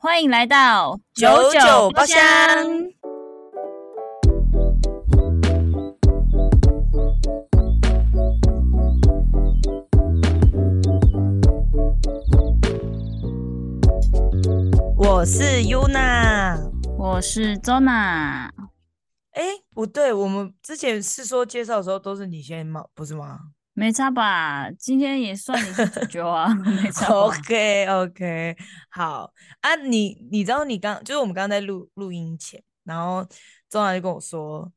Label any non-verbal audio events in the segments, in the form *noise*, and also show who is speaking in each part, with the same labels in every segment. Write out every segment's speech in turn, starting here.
Speaker 1: 欢迎来到
Speaker 2: 九九包厢。我是 Yuna。
Speaker 1: 我是 Zona。
Speaker 2: 哎、不对，我们之前是说介绍的时候都是你先吗？不是吗
Speaker 1: 没差吧？今天也算你是主角
Speaker 2: *laughs*
Speaker 1: 啊，没差吧？
Speaker 2: ？OK OK，好啊，你你知道你刚就是我们刚刚在录录音前，然后钟南就跟我说，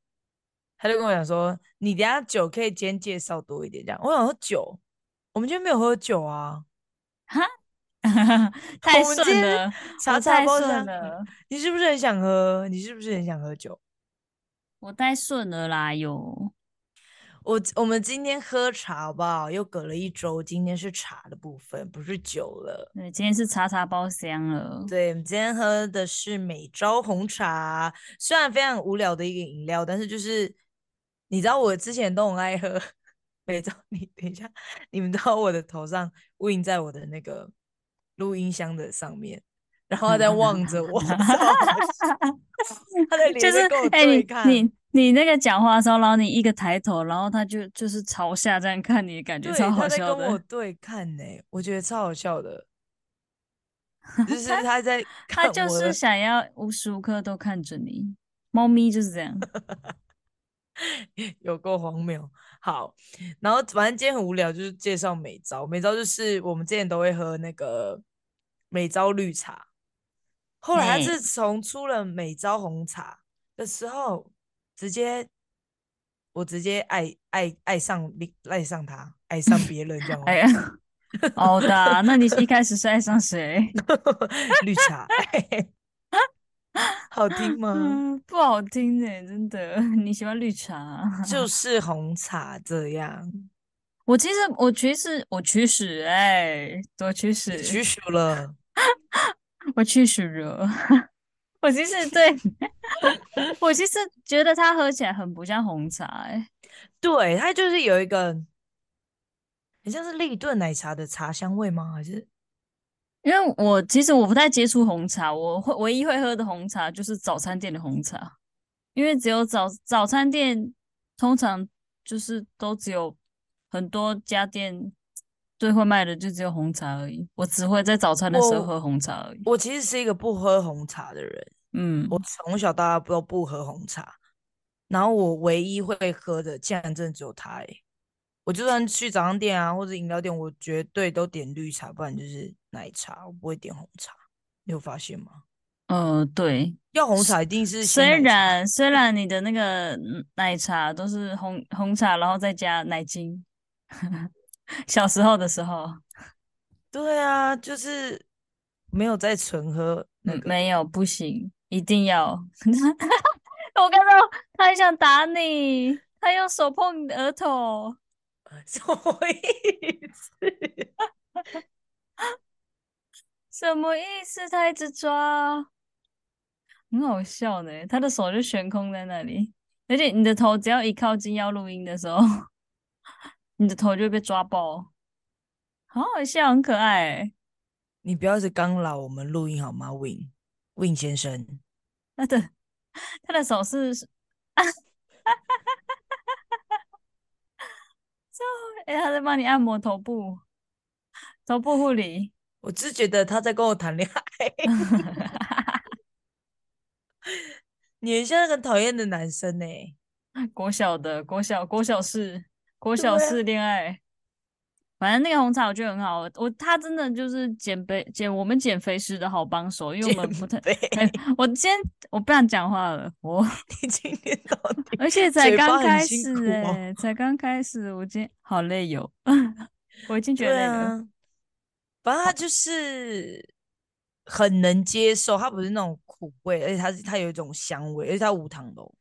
Speaker 2: 他就跟我讲说，你等一下酒可以今天介绍多一点这样。我想说酒，我们今天没有喝酒啊，
Speaker 1: 太
Speaker 2: 我们
Speaker 1: 顺
Speaker 2: 今天
Speaker 1: 了，
Speaker 2: 茶
Speaker 1: 我
Speaker 2: 茶
Speaker 1: 太
Speaker 2: 包
Speaker 1: 顺
Speaker 2: 厢
Speaker 1: 了，
Speaker 2: 你是不是很想喝？你是不是很想喝酒？
Speaker 1: 我太顺了啦！有
Speaker 2: 我我们今天喝茶好不好？又隔了一周，今天是茶的部分，不是酒了。
Speaker 1: 对，今天是茶茶包厢了。
Speaker 2: 对，我们今天喝的是美招红茶，虽然非常无聊的一个饮料，但是就是你知道我之前都很爱喝 *laughs* 美招。你等一下，你们知道我的头上 win 在我的那个录音箱的上面，然后他在望着我， *laughs* 超好笑他的
Speaker 1: 就
Speaker 2: 脸
Speaker 1: 是
Speaker 2: 在跟我
Speaker 1: 哎、
Speaker 2: 对看，
Speaker 1: 你你你那个讲话的时候，然后你一个抬头，然后他就就是朝下这样看你，感觉
Speaker 2: 对，
Speaker 1: 超好
Speaker 2: 他在
Speaker 1: 笑
Speaker 2: 跟我
Speaker 1: 的。
Speaker 2: 对看呢、我觉得超好笑的，就是他在
Speaker 1: *laughs* 他
Speaker 2: 看
Speaker 1: 就是
Speaker 2: 我的，
Speaker 1: 想要无时无刻都看着你，猫咪就是这样。
Speaker 2: *laughs* 有够荒谬。好，然后反正今天很无聊，就是介绍美招，美招就是我们之前都会喝那个美招绿茶，后来
Speaker 1: 嘿
Speaker 2: 它自从出了美招红茶的时候，直接我直接爱爱爱上另爱上他，爱上别人这样哦，
Speaker 1: *laughs* 哎呀，好的啊，那你一开始是爱上谁？
Speaker 2: 绿茶， *laughs* 好听吗？
Speaker 1: *laughs* 嗯，不好听哎、真的。 *laughs* 你喜欢绿茶啊？ *laughs*
Speaker 2: 就是红茶这样，
Speaker 1: 我其实我其实我驱使哎，我驱使
Speaker 2: 你取数了。
Speaker 1: 我去许惹， *laughs* 我其实对 *laughs* 我其实觉得它喝起来很不像红茶、欸，
Speaker 2: 对，它就是有一个很像是立顿奶茶的茶香味吗？还是
Speaker 1: 因为我其实我不太接触红茶，我会唯一会喝的红茶就是早餐店的红茶，因为只有早早餐店通常就是都只有很多家店最会卖的就只有红茶而已，我只会在早餐的时候
Speaker 2: 我
Speaker 1: 喝红茶而已。
Speaker 2: 我其实是一个不喝红茶的人，
Speaker 1: 嗯，
Speaker 2: 我从小到大都不喝红茶，然后我唯一会喝的竟然真的只有它、欸。我就算去早餐店啊或者饮料店，我绝对都点绿茶，不然就是奶茶，我不会点红茶。你有发现吗？
Speaker 1: 呃，对，
Speaker 2: 要红茶一定是鲜
Speaker 1: 虽
Speaker 2: 奶茶
Speaker 1: 然虽然你的那个嗯奶茶都是红红茶，然后再加奶精， *laughs* 小时候的时候，
Speaker 2: 对啊，就是没有在纯喝那
Speaker 1: 嗯
Speaker 2: 个。
Speaker 1: 没有不行，一定
Speaker 2: *laughs*
Speaker 1: 要。我看到他很想打你，他用手碰你的额头，
Speaker 2: *laughs* 什么意思？
Speaker 1: 什么意思？他一直抓，很好笑呢。他的手就悬空在那里，而且你的头只要一靠近要录音的时候， *laughs* 你的头就会被抓爆，好好笑，很可爱欸。
Speaker 2: 你不要是干扰我们录音好吗，Win Win 先生？
Speaker 1: *laughs* 他的他的手是，啊，就哎、他在帮你按摩头部，头部护理，
Speaker 2: 我只是觉得他在跟我谈恋爱， *laughs* 你很像那个讨厌的男生呢、
Speaker 1: 国小的国小国小式国小
Speaker 2: 对啊
Speaker 1: 式恋爱，反正那个红茶我觉得很好，我他真的就是减肥减我们减肥时的好帮手，因为我们 *laughs* 不太
Speaker 2: 对，
Speaker 1: 哎、我今天我不想讲话了，
Speaker 2: *laughs*
Speaker 1: 我。
Speaker 2: 你今天到
Speaker 1: *laughs*
Speaker 2: 底？
Speaker 1: 而且才
Speaker 2: 嘴巴
Speaker 1: 刚
Speaker 2: 很
Speaker 1: 开
Speaker 2: 辛
Speaker 1: 始
Speaker 2: 苦哦
Speaker 1: 哎、才刚开始，我今天好累哟， *laughs* 我已经觉得
Speaker 2: 对
Speaker 1: 累了。
Speaker 2: 啊，反正他就是很能接受，他不是那种苦味，而且他是他有一种香味，而且他无糖的哦。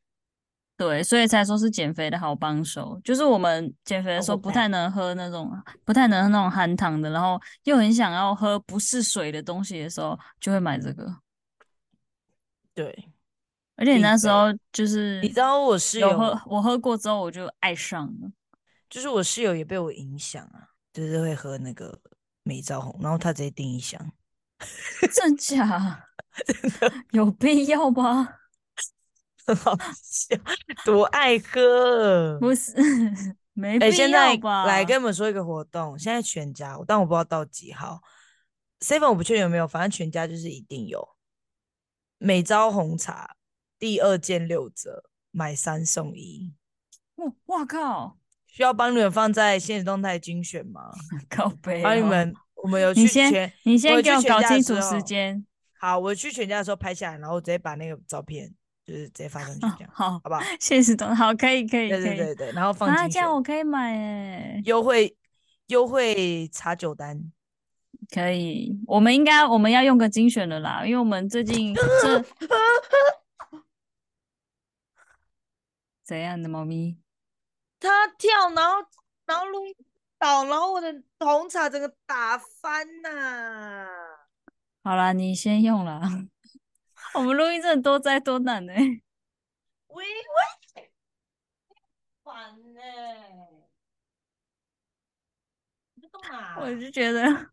Speaker 1: 对，所以才说是减肥的好帮手。就是我们减肥的
Speaker 2: 哦
Speaker 1: 时候
Speaker 2: 我
Speaker 1: 不太能喝那种，不太能喝那种含糖的，然后又很想要喝不是水的东西的时候，就会买这个。
Speaker 2: 对，
Speaker 1: 而且你
Speaker 2: 必
Speaker 1: 那时
Speaker 2: 备
Speaker 1: 候就是
Speaker 2: 你知道我室
Speaker 1: 有
Speaker 2: 友
Speaker 1: 喝，我喝过之后我就爱上了。
Speaker 2: 就是我室友也被我影响啊，就是 *laughs* 会喝那个美招红，然后他直接订一箱，
Speaker 1: 真假？ *laughs* 有必要吗？ *laughs*
Speaker 2: 很好笑，多爱喝。
Speaker 1: 不是，没
Speaker 2: 哎、
Speaker 1: 必
Speaker 2: 现
Speaker 1: 要
Speaker 2: 在
Speaker 1: 吧？
Speaker 2: 来跟你们说一个活动，现在全家，但我不知道到几号，seven 我不确定有没有，反正全家就是一定有。每招红茶第二件六折，买三送一，
Speaker 1: 我哇靠，
Speaker 2: 需要帮你们放在现实动态精选吗？
Speaker 1: 靠背、
Speaker 2: 帮你
Speaker 1: 哦。
Speaker 2: 们，我们有
Speaker 1: 你
Speaker 2: 去
Speaker 1: 先
Speaker 2: 全，
Speaker 1: 你先
Speaker 2: 有
Speaker 1: 给
Speaker 2: 去
Speaker 1: 我
Speaker 2: 全
Speaker 1: 搞
Speaker 2: 家
Speaker 1: 清
Speaker 2: 的
Speaker 1: 楚
Speaker 2: 时
Speaker 1: 时
Speaker 2: 候
Speaker 1: 间。
Speaker 2: 好，我去全家的时候拍下来，然后直接把那个照片就是直接发上去，
Speaker 1: 啊
Speaker 2: 这样、
Speaker 1: 好，
Speaker 2: 好不好？
Speaker 1: 谢谢董，好，可以，可以，
Speaker 2: 对
Speaker 1: 可
Speaker 2: 对
Speaker 1: 以。
Speaker 2: 对对，然后放
Speaker 1: 啊，
Speaker 2: 精
Speaker 1: 这
Speaker 2: 选
Speaker 1: 样我可以买诶，
Speaker 2: 优惠优惠查酒单，
Speaker 1: 可以。我们应该我们要用个精选的啦，因为我们最
Speaker 2: *laughs*
Speaker 1: 近这怎样的猫咪？
Speaker 2: 他跳，然后然后撸倒，然后我的红茶整个打翻呐、
Speaker 1: 好啦，你先用啦。 *laughs* 我们录音真的多灾多难呢、
Speaker 2: 喂喂，烦呢、你在干嘛啊
Speaker 1: 我就觉得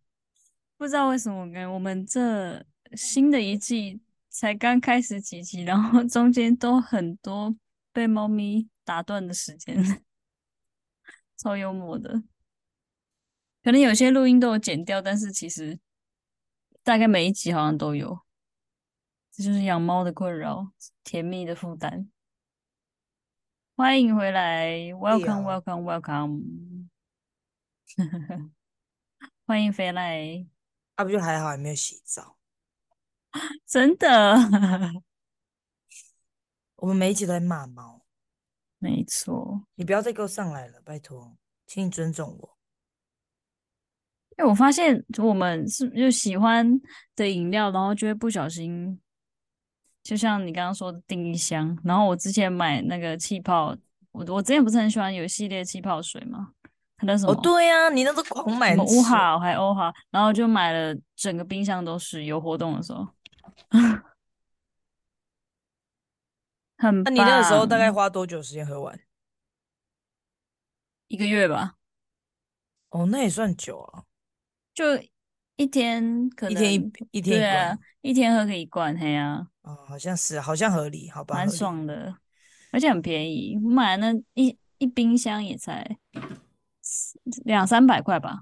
Speaker 1: 不知道为什么，哎跟我们这新的一季才刚开始几集，然后中间都很多被猫咪打断的时间， *laughs* 超幽默的。可能有些录音都有剪掉，但是其实大概每一集好像都有。这就是养猫的困扰，甜蜜的负担。欢迎回来，Welcome,
Speaker 2: Leo
Speaker 1: Welcome, Welcome。欢迎回来，
Speaker 2: 啊，不就还好，还没有洗澡。
Speaker 1: 真的，
Speaker 2: 我们每一集都在骂猫，
Speaker 1: 没错。
Speaker 2: 你不要再给我上来了，拜托，请你尊重我。
Speaker 1: 因哎为我发现我们是就喜欢的饮料，然后就会不小心，就像你刚刚说的订一箱。然后我之前买那个气泡，我我之前不是很喜欢有一系列气泡水吗？它叫什么？
Speaker 2: 哦，对呀、你那时候狂买
Speaker 1: 什么
Speaker 2: 很
Speaker 1: 乌
Speaker 2: 扯
Speaker 1: 好还欧好，然后就买了整个冰箱都是，有活动的时候，很
Speaker 2: 那
Speaker 1: 棒。
Speaker 2: 你那个时候大概花多久时间喝完？
Speaker 1: 一个月吧，
Speaker 2: 哦，那也算久啊，
Speaker 1: 就一天可
Speaker 2: 一
Speaker 1: 能
Speaker 2: 天一一天一
Speaker 1: 对啊
Speaker 2: 罐，
Speaker 1: 一天喝个一罐，嘿啊，
Speaker 2: 啊、哦，好像是，好像合理，好吧，
Speaker 1: 蛮
Speaker 2: 合理。
Speaker 1: 爽的，而且很便宜。我买了那一一冰箱也才两三百块吧，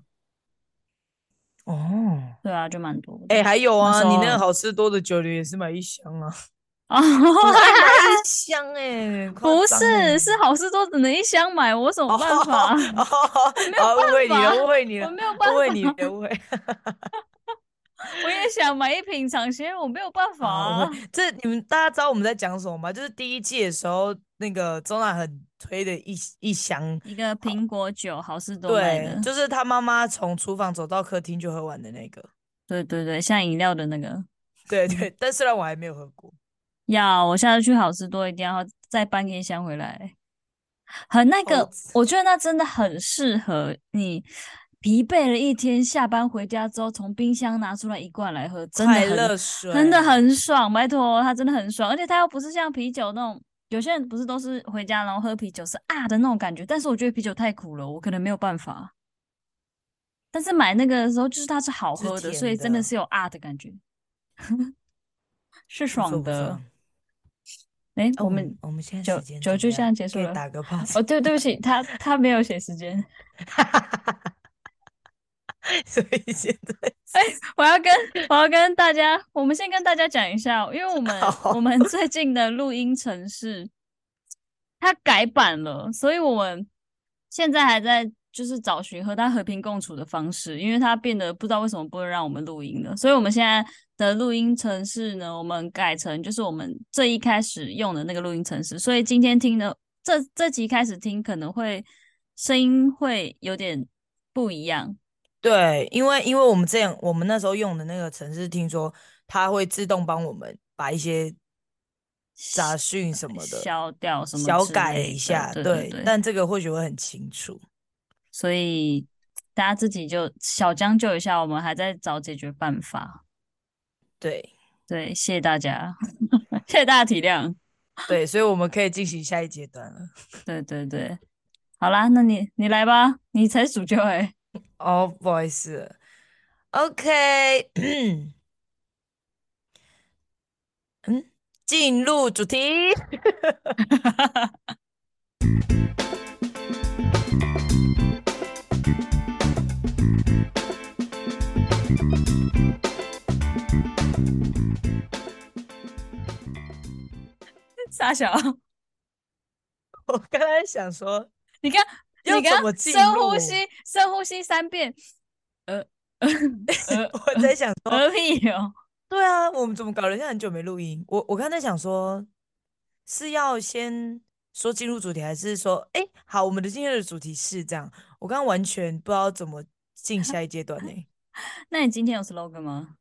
Speaker 2: 哦，
Speaker 1: 对啊，就蛮多的。 *laughs*
Speaker 2: 哎、还有
Speaker 1: 那
Speaker 2: 啊，
Speaker 1: 时
Speaker 2: 你那
Speaker 1: 候
Speaker 2: 个好吃多的九流也是买一箱 *laughs* 啊，
Speaker 1: 啊，
Speaker 2: 我哦还买一箱 *laughs* 哎、夸
Speaker 1: 不
Speaker 2: 张
Speaker 1: 是，
Speaker 2: 欸
Speaker 1: 是好事多只能一箱买，我有什么
Speaker 2: 哦，
Speaker 1: 办法？
Speaker 2: *laughs* 哦，好，误会你了，误会你
Speaker 1: 我
Speaker 2: 了，
Speaker 1: 没有
Speaker 2: 误
Speaker 1: 办
Speaker 2: 会
Speaker 1: 法。
Speaker 2: 你了，误会。
Speaker 1: 我也想买一瓶尝鲜，我没有办法
Speaker 2: 啊，我
Speaker 1: 啊。
Speaker 2: 会，这你们大家知道我们在讲什么吗？就是第一季的时候，那个周娜很推的一一箱，
Speaker 1: 一个苹果酒，好事多卖
Speaker 2: 对，
Speaker 1: 的，
Speaker 2: 就是她妈妈从厨房走到客厅就喝完的那个，
Speaker 1: 对对对，像饮料的那个。
Speaker 2: 对对。但虽然我还没有喝过，
Speaker 1: 要，我下次去好事多一定要再搬一箱回来。很那
Speaker 2: 好
Speaker 1: 个，我觉得那真的很适合你疲惫了一天，下班回家之后从冰箱拿出来一罐来喝，真的
Speaker 2: 快
Speaker 1: 很
Speaker 2: 乐水，
Speaker 1: 真的很爽，拜托，它真的很爽，而且它又不是像啤酒那种，有些人不是都是回家然后喝啤酒是啊的那种感觉，但是我觉得啤酒太苦了，我可能没有办法。但是买那个的时候，就是它是好
Speaker 2: 是
Speaker 1: 喝的，所
Speaker 2: 甜
Speaker 1: 以真的
Speaker 2: 的，
Speaker 1: 是有啊的感觉， *laughs* 是
Speaker 2: 不错
Speaker 1: 爽
Speaker 2: 不错。
Speaker 1: 的。嗯诶，
Speaker 2: 哎、
Speaker 1: 我
Speaker 2: 我
Speaker 1: 们
Speaker 2: 们我们现在
Speaker 1: 九
Speaker 2: 时间
Speaker 1: 九
Speaker 2: 怎么
Speaker 1: 就这
Speaker 2: 样？
Speaker 1: 样结束
Speaker 2: 可以
Speaker 1: 了。
Speaker 2: 打个 pause， *laughs*
Speaker 1: 哦，对，对不起，他他没有写时间，
Speaker 2: 所以现在是
Speaker 1: 哎，我要跟我要跟大家，我们先跟大家讲一下哦，因为我们我
Speaker 2: 好，
Speaker 1: 们最近的录音城市它改版了，所以我们现在还在就是找寻和它和平共处的方式，因为它变得不知道为什么不能让我们录音了，所以我们现在的录音程式呢，我们改成就是我们最一开始用的那个录音程式，所以今天听的这这集开始听可能会声音会有点不一样，
Speaker 2: *laughs* 对，因为因为我们这样，我们那时候用的那个城市，听说它会自动帮我们把一些杂讯什么的
Speaker 1: 消掉什么
Speaker 2: 小
Speaker 1: 之
Speaker 2: 改一
Speaker 1: 类的，
Speaker 2: 下，
Speaker 1: 对对
Speaker 2: 对，
Speaker 1: 对，
Speaker 2: 但这个或许会很清楚。
Speaker 1: 所以大家自己就小将就一下，我们还在找解决办法。
Speaker 2: 对
Speaker 1: 对，谢谢大家， *laughs* 谢谢大家体谅。
Speaker 2: 对，所以我们可以进行下一阶段了。
Speaker 1: 对对对，好啦，那你你来吧，你才主角哎、
Speaker 2: 哦，不好意思，OK， *clears throat* 嗯，进入主题。
Speaker 1: 傻
Speaker 2: *laughs*
Speaker 1: 小，
Speaker 2: 我刚才想说，
Speaker 1: 你刚
Speaker 2: 要
Speaker 1: 你刚
Speaker 2: 怎么进
Speaker 1: 深
Speaker 2: 入
Speaker 1: 呼吸，深呼吸三遍，呃呃
Speaker 2: *laughs*
Speaker 1: 呃
Speaker 2: 我在想说，
Speaker 1: 呃屁哦，
Speaker 2: 对啊，我们怎么搞了？现在很久没录音。我我刚才想说，是要先说进入主题，还是说，哎，好，我们的今天的主题是这样。我刚刚完全不知道怎么进下一阶段呢、
Speaker 1: 那你今天有 slogan 吗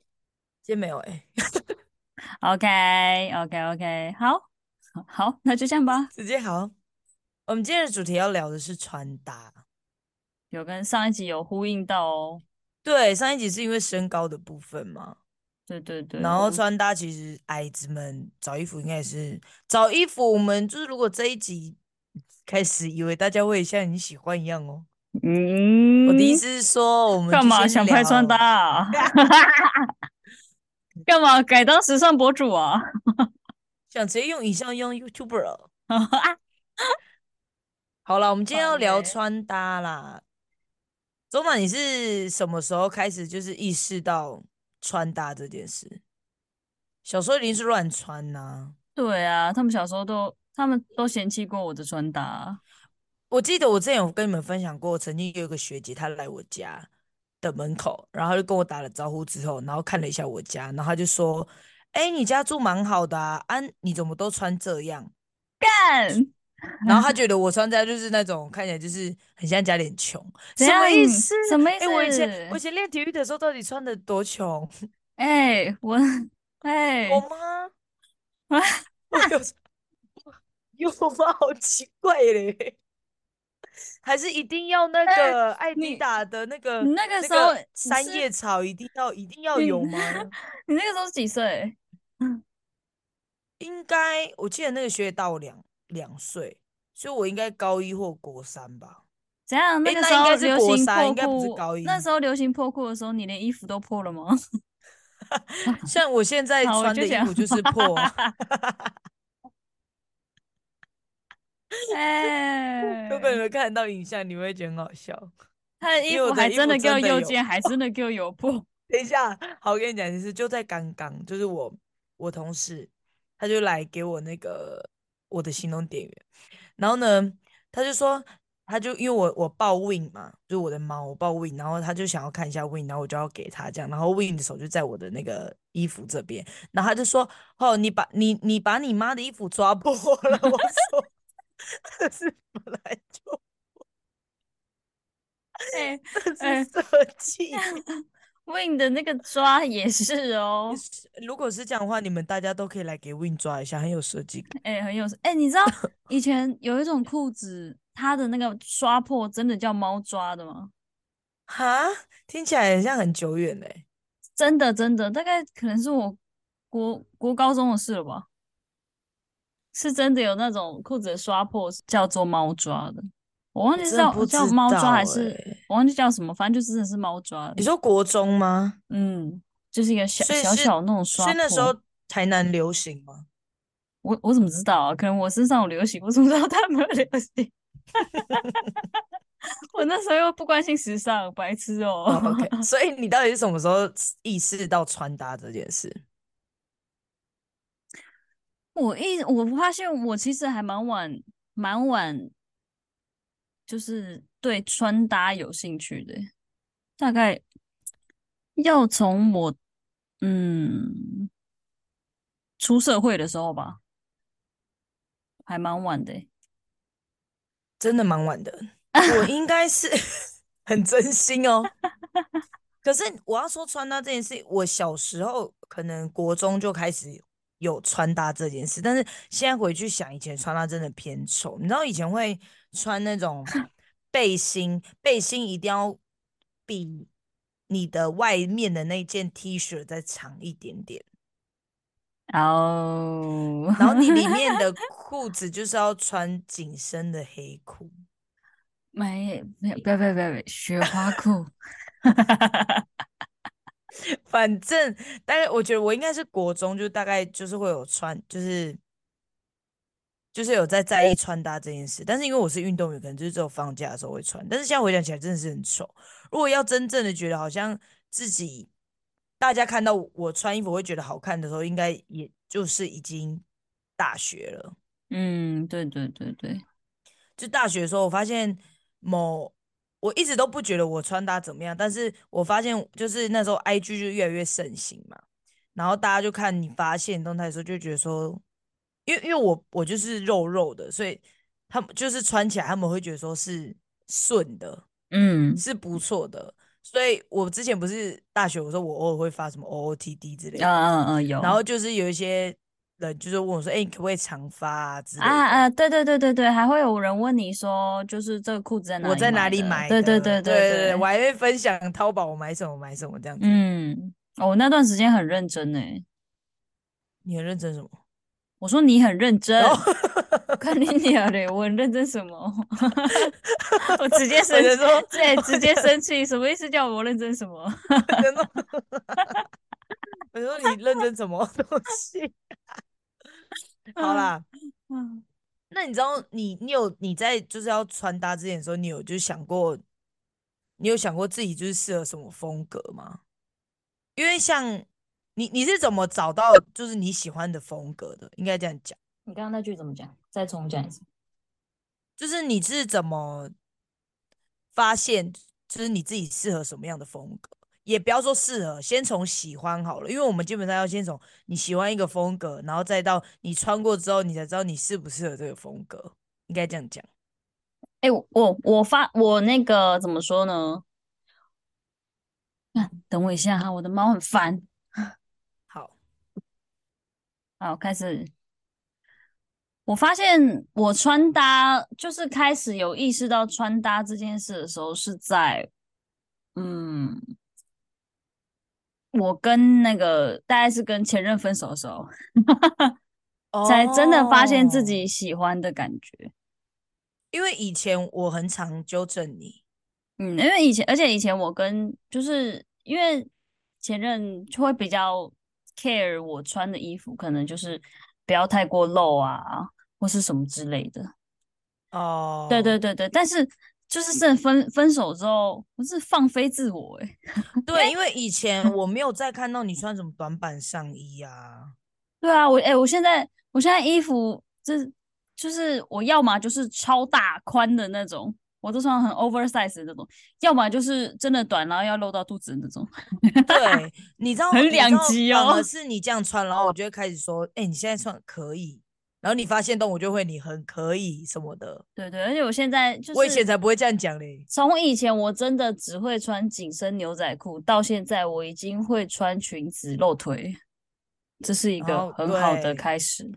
Speaker 2: 今天没有哎、
Speaker 1: ？OK OK OK，好好，那就这样吧。
Speaker 2: *laughs* 直接好。我们今天的主题要聊的是穿搭。
Speaker 1: 有跟上一集有呼应到哦，
Speaker 2: 对，上一集是因为身高的部分嘛，
Speaker 1: 对对对，
Speaker 2: 然后
Speaker 1: 我
Speaker 2: 穿搭其实矮子们找衣服应该也是找衣服。我们就是如果这一集开始，以为大家会像你喜欢一样哦。
Speaker 1: 嗯，
Speaker 2: 我的意思是说，我们
Speaker 1: 干
Speaker 2: 就
Speaker 1: 嘛
Speaker 2: 先
Speaker 1: 想拍穿
Speaker 2: 聊
Speaker 1: 搭
Speaker 2: *laughs*
Speaker 1: 啊？干嘛改当时尚博主啊？
Speaker 2: 想直接用影像用 YouTuber 了。好了，我们今天
Speaker 1: 好
Speaker 2: 要聊
Speaker 1: 嘞
Speaker 2: 穿搭啦。周满，你是什么时候开始就是意识到穿搭这件事？小时候一定是乱穿呐、
Speaker 1: *laughs* 对啊，他们小时候都他们都嫌弃过我的穿搭啊，
Speaker 2: 我记得我之前有跟你们分享过，曾经有一个学姐，她来我家的门口，然后她就跟我打了招呼之后，然后看了一下我家，然后她就说：“哎，你家住蛮好的啊，啊，你怎么都穿这
Speaker 1: *laughs*
Speaker 2: 样？”
Speaker 1: 干
Speaker 2: 然后她觉得我穿在就是那种看起来就是很像家里很穷，
Speaker 1: 怎
Speaker 2: 什么意
Speaker 1: 样
Speaker 2: 思？
Speaker 1: 什么意
Speaker 2: 哎，我以前我
Speaker 1: 思
Speaker 2: 以前练体育的时候到底穿的多穷？
Speaker 1: 哎、我 *laughs*
Speaker 2: *laughs*
Speaker 1: 哎、
Speaker 2: 我吗？
Speaker 1: 啊
Speaker 2: 我有有吗？好奇怪嘞！还是一定要那
Speaker 1: 哎
Speaker 2: 个艾迪
Speaker 1: 你
Speaker 2: 达的那个
Speaker 1: 你那个
Speaker 2: 那
Speaker 1: 时候
Speaker 2: 个三
Speaker 1: 是嗯
Speaker 2: 叶草，一定要一定要
Speaker 1: 你 *laughs*
Speaker 2: 有吗？
Speaker 1: 你那个时候几岁？
Speaker 2: 应该我记得那个学姐大我两两岁，所以我应该高一或国三吧。
Speaker 1: 怎样？
Speaker 2: 哎
Speaker 1: 个
Speaker 2: 那
Speaker 1: 时
Speaker 2: 应
Speaker 1: 候
Speaker 2: 该是
Speaker 1: 流
Speaker 2: 国
Speaker 1: 行
Speaker 2: 三
Speaker 1: 破
Speaker 2: 应该不是
Speaker 1: 裤
Speaker 2: 高，
Speaker 1: 那
Speaker 2: 一
Speaker 1: 时候流行破裤的时候，你连衣服都破了
Speaker 2: *laughs*
Speaker 1: 吗？
Speaker 2: 像我现在
Speaker 1: 好，我
Speaker 2: 穿
Speaker 1: 就
Speaker 2: 的衣
Speaker 1: 想
Speaker 2: 服就是
Speaker 1: *laughs*
Speaker 2: 破，啊
Speaker 1: 哎，
Speaker 2: *laughs* 如果你们看得到影像，你们会觉得很好笑。
Speaker 1: 他的衣
Speaker 2: 因为我
Speaker 1: 服
Speaker 2: 的
Speaker 1: 还
Speaker 2: 衣
Speaker 1: 真
Speaker 2: 服
Speaker 1: 的给我
Speaker 2: 真的
Speaker 1: 右
Speaker 2: 有
Speaker 1: 肩，还真的给我油破。
Speaker 2: *laughs* 等一下，好，我跟你讲，就是就在刚刚，就是我我同事，他就来给我那个我的行动电源，然后呢，他就说，他就因为我我抱 Win 嘛，就是我的猫，我抱 Win，然后他就想要看一下 Win，然后我就要给他这样，然后 Win 的手就在我的那个衣服这边，然后他就说，哦，你把你你把你妈的衣服抓破了，我说， *laughs* 这是本来就
Speaker 1: 哎
Speaker 2: 这
Speaker 1: 哎
Speaker 2: 是设计。
Speaker 1: ，Win 的那个抓也是哦
Speaker 2: 也，是如果是这样的话，你们大家都可以来给 Win 抓一下，很有设计感。
Speaker 1: 哎，很有。哎，你知
Speaker 2: *laughs*
Speaker 1: 道以前有一种裤子，它的那个刷破真的叫猫抓的吗？
Speaker 2: 哈，听起来很像很久远嘞、
Speaker 1: 真的真的，大概可能是我国国高中的事了吧。是真的有那种裤子的刷破是叫做猫抓的，我忘记
Speaker 2: 真
Speaker 1: 是
Speaker 2: 的
Speaker 1: 叫
Speaker 2: 不
Speaker 1: 叫
Speaker 2: 知
Speaker 1: 猫抓还
Speaker 2: 道
Speaker 1: 是
Speaker 2: 欸
Speaker 1: 我忘记叫什么，反正就真的是猫抓
Speaker 2: 你
Speaker 1: 的。
Speaker 2: 说国中吗？
Speaker 1: 嗯，就是一个小
Speaker 2: 所以
Speaker 1: 小
Speaker 2: 是，
Speaker 1: 小那种刷
Speaker 2: 所以那时
Speaker 1: 破
Speaker 2: 候台南流
Speaker 1: *laughs*
Speaker 2: 行吗？
Speaker 1: 我我怎么知道啊？可能我身上有流行，我怎么知道他没有流行？ *laughs* 我那时候又不关心时尚，白痴
Speaker 2: 哦
Speaker 1: 哦、
Speaker 2: ，OK，所以你到底是什么时候意识到穿搭这件事？
Speaker 1: *laughs* 我一我发现我其实还蛮晚蛮晚，就是对穿搭有兴趣的耶，大概要从我嗯出社会的时候吧，还蛮晚的耶。
Speaker 2: 真的蛮晚的，我应该是 *laughs* 很真心哦。可是我要说穿搭这件事，我小时候可能国中就开始有穿搭这件事，但是现在回去想，以前穿搭真的偏丑。你知道以前会穿那种背心，背心一定要比你的外面的那件 T 恤再长一点点。
Speaker 1: 哦，
Speaker 2: 然后你里面的裤子就是要穿紧身的黑裤，
Speaker 1: *laughs* 没没有，不要不要不要，不要雪花裤，
Speaker 2: *laughs* 反正，但是我觉得我应该是国中，就大概就是会有穿，就是就是有在在意穿搭这件事。但是因为我是运动员，可能就是只有放假的时候会穿。但是现在回想起来，真的是很丑。如果要真正的觉得好像自己，大家看到我穿衣服会觉得好看的时候，应该也就是已经大学了。
Speaker 1: 嗯，对对对对，
Speaker 2: 就大学的时候，我发现某，我一直都不觉得我穿搭怎么样，但是我发现就是那时候 IG 就越来越盛行嘛，然后大家就看你发现动态的时候，就觉得说，因为因为我我就是肉肉的，所以他们就是穿起来他们会觉得说是顺的，
Speaker 1: 嗯，
Speaker 2: 是不错的，所以我之前不是大学，我说我偶尔会发什么 OOTD 之类
Speaker 1: 啊
Speaker 2: 的，
Speaker 1: 啊啊，有，
Speaker 2: 然后就是有一些人就是问我说，哎、你可不可以长发啊之类
Speaker 1: 啊
Speaker 2: 的。
Speaker 1: 啊，对对对对对，还会有人问你说，就是这个裤子在哪
Speaker 2: 我
Speaker 1: 里
Speaker 2: 在哪
Speaker 1: 买
Speaker 2: 里
Speaker 1: 的
Speaker 2: 买
Speaker 1: 对对对
Speaker 2: 的对
Speaker 1: 对，
Speaker 2: 我还会分享淘宝我买什么买什么这样子。
Speaker 1: 嗯，哦，我那段时间很认真呢。
Speaker 2: 你很认真什么？哦
Speaker 1: 我说你很认真，
Speaker 2: 然 *laughs* 后
Speaker 1: 我看 *laughs* 你鸟嘞，我很认真什么？ *laughs* 我直接生
Speaker 2: 我就
Speaker 1: 气，
Speaker 2: 说，
Speaker 1: 对，直 *laughs* 接生气，什么意思？叫我认真什么？
Speaker 2: 我就说， *laughs* 我就说你认真什么东西？好啦，
Speaker 1: 嗯，
Speaker 2: 那你知道你你有你在就是要穿搭之前的时候，你有就想过，你有想过自己就是适合什么风格吗？因为像你你是怎么找到就是你喜欢的风格的？应该这样讲。
Speaker 1: 你刚刚那句怎么讲？再重讲一次。
Speaker 2: 就是你是怎么发现，就是你自己适合什么样的风格？也不要说适合，先从喜欢好了，因为我们基本上要先从你喜欢一个风格，然后再到你穿过之后，你才知道你适不适合这个风格，应该这样讲。
Speaker 1: 哎、我我我发我那个怎么说呢？啊等我一下哈，我的猫很烦。
Speaker 2: 好，
Speaker 1: 好，开始。我发现我穿搭就是开始有意识到穿搭这件事的时候，是在嗯，我跟那个大概是跟前任分手的时候，才真的发现自己
Speaker 2: 哦，
Speaker 1: 喜欢的感觉。
Speaker 2: 因为以前我很常纠正你，
Speaker 1: 嗯，因为以前，而且以前我跟就是因为前任就会比较 care 我穿的衣服，可能就是不要太过露啊，或是什么之类的。对
Speaker 2: 哦，嗯
Speaker 1: 对对对，但是就是是分分手之后，不是放飞自我欸诶、
Speaker 2: 对，因为以
Speaker 1: *laughs*
Speaker 2: 前我没有再看到你穿什么短版上衣啊，
Speaker 1: 对啊，我诶、我现在我现在衣服就是就是我要么就是超大宽的那种，我都穿很 oversize 的那种，要么就是真的短，然后要露到肚子的那种，
Speaker 2: *laughs* 对，你知道，
Speaker 1: 很
Speaker 2: 你知
Speaker 1: 两
Speaker 2: 道，
Speaker 1: 极
Speaker 2: 反而
Speaker 1: 哦。
Speaker 2: 是你这样穿，然后我就会开始说，哎、你现在穿很可以，然后你发现动，我就会你很可以什么的。
Speaker 1: 对对，而且我现在就
Speaker 2: 我以前
Speaker 1: 是
Speaker 2: 才不会这样讲嘞。
Speaker 1: 从以前我真的只会穿紧身牛仔裤，到现在我已经会穿裙子露腿，这是一
Speaker 2: 然
Speaker 1: 个
Speaker 2: 后
Speaker 1: 很好的
Speaker 2: 对
Speaker 1: 开始。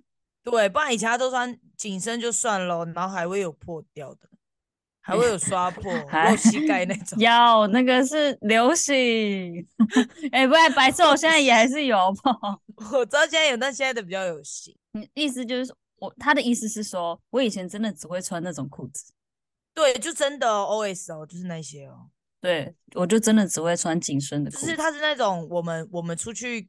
Speaker 2: 对，不然以前他都穿紧身就算了，然后还会有破掉的，还会
Speaker 1: *laughs*
Speaker 2: 有刷破
Speaker 1: 还
Speaker 2: 露膝
Speaker 1: *laughs*
Speaker 2: 盖那种。
Speaker 1: 要那个是流行，哎、不然白瘦现在也还是有，好不好？
Speaker 2: 我知道现在有，但现在的比较有型。
Speaker 1: 你意思就是说我他的意思是说，我以前真的只会穿那种裤子，
Speaker 2: 对，就真的 OS 哦，就是那些哦，
Speaker 1: 对我就真的只会穿紧身的
Speaker 2: 就
Speaker 1: 裤
Speaker 2: 是
Speaker 1: 子。
Speaker 2: 他是那种我们我们出去，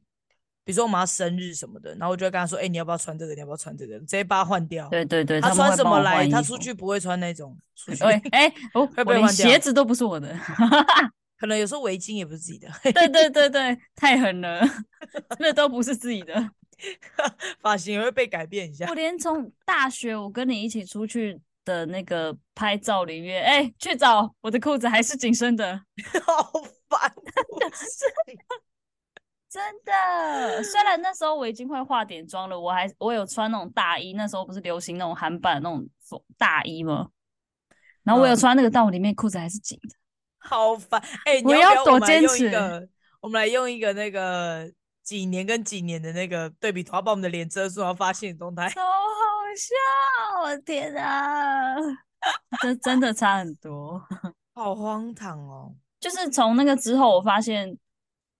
Speaker 2: 比如说我们要生日什么的，然后我就会跟他说，哎、你要不要穿这个？你要不要穿这个？直接把它换掉。
Speaker 1: 对对对，
Speaker 2: 他
Speaker 1: 他们
Speaker 2: 穿
Speaker 1: 会
Speaker 2: 什
Speaker 1: 帮
Speaker 2: 么
Speaker 1: 我
Speaker 2: 来？
Speaker 1: 换
Speaker 2: 他
Speaker 1: 衣
Speaker 2: 出
Speaker 1: 服。
Speaker 2: 去不会穿那种，
Speaker 1: *laughs*
Speaker 2: 出去
Speaker 1: 对，哎、我
Speaker 2: *laughs* 会
Speaker 1: 我
Speaker 2: 被
Speaker 1: 连
Speaker 2: 换
Speaker 1: 鞋
Speaker 2: 掉，
Speaker 1: 子都不是我的， *laughs*
Speaker 2: 可能有时候围巾也不是自己的，
Speaker 1: 对对对对，太狠了， *laughs* 真的都不是自己的。
Speaker 2: 发型也会被改变一
Speaker 1: 我
Speaker 2: 下。 *laughs*
Speaker 1: 连从大学我跟你一起出去的那个拍照里面，哎、去找我的裤子还是紧身的。
Speaker 2: 好烦，不行。
Speaker 1: *laughs* 真的，虽然那时候我已经会化点妆了，我还我有穿那种大衣，那时候不是流行那种韩版那种风大衣吗？然后我有
Speaker 2: 嗯，
Speaker 1: 穿那个，但我里面裤子还是紧的。
Speaker 2: 好烦。哎、你
Speaker 1: 我
Speaker 2: 要
Speaker 1: 要
Speaker 2: 不要我
Speaker 1: 多
Speaker 2: 们来
Speaker 1: 坚
Speaker 2: 用一
Speaker 1: 持，
Speaker 2: 个，我们来用一个那个几年跟几年的那个对比图，然后把我们的脸遮住，然后发现动态。 *laughs*
Speaker 1: 超好笑！我天啊， *laughs* 这真的差很多。
Speaker 2: 好荒唐哦。
Speaker 1: 就是从那个之后，我发现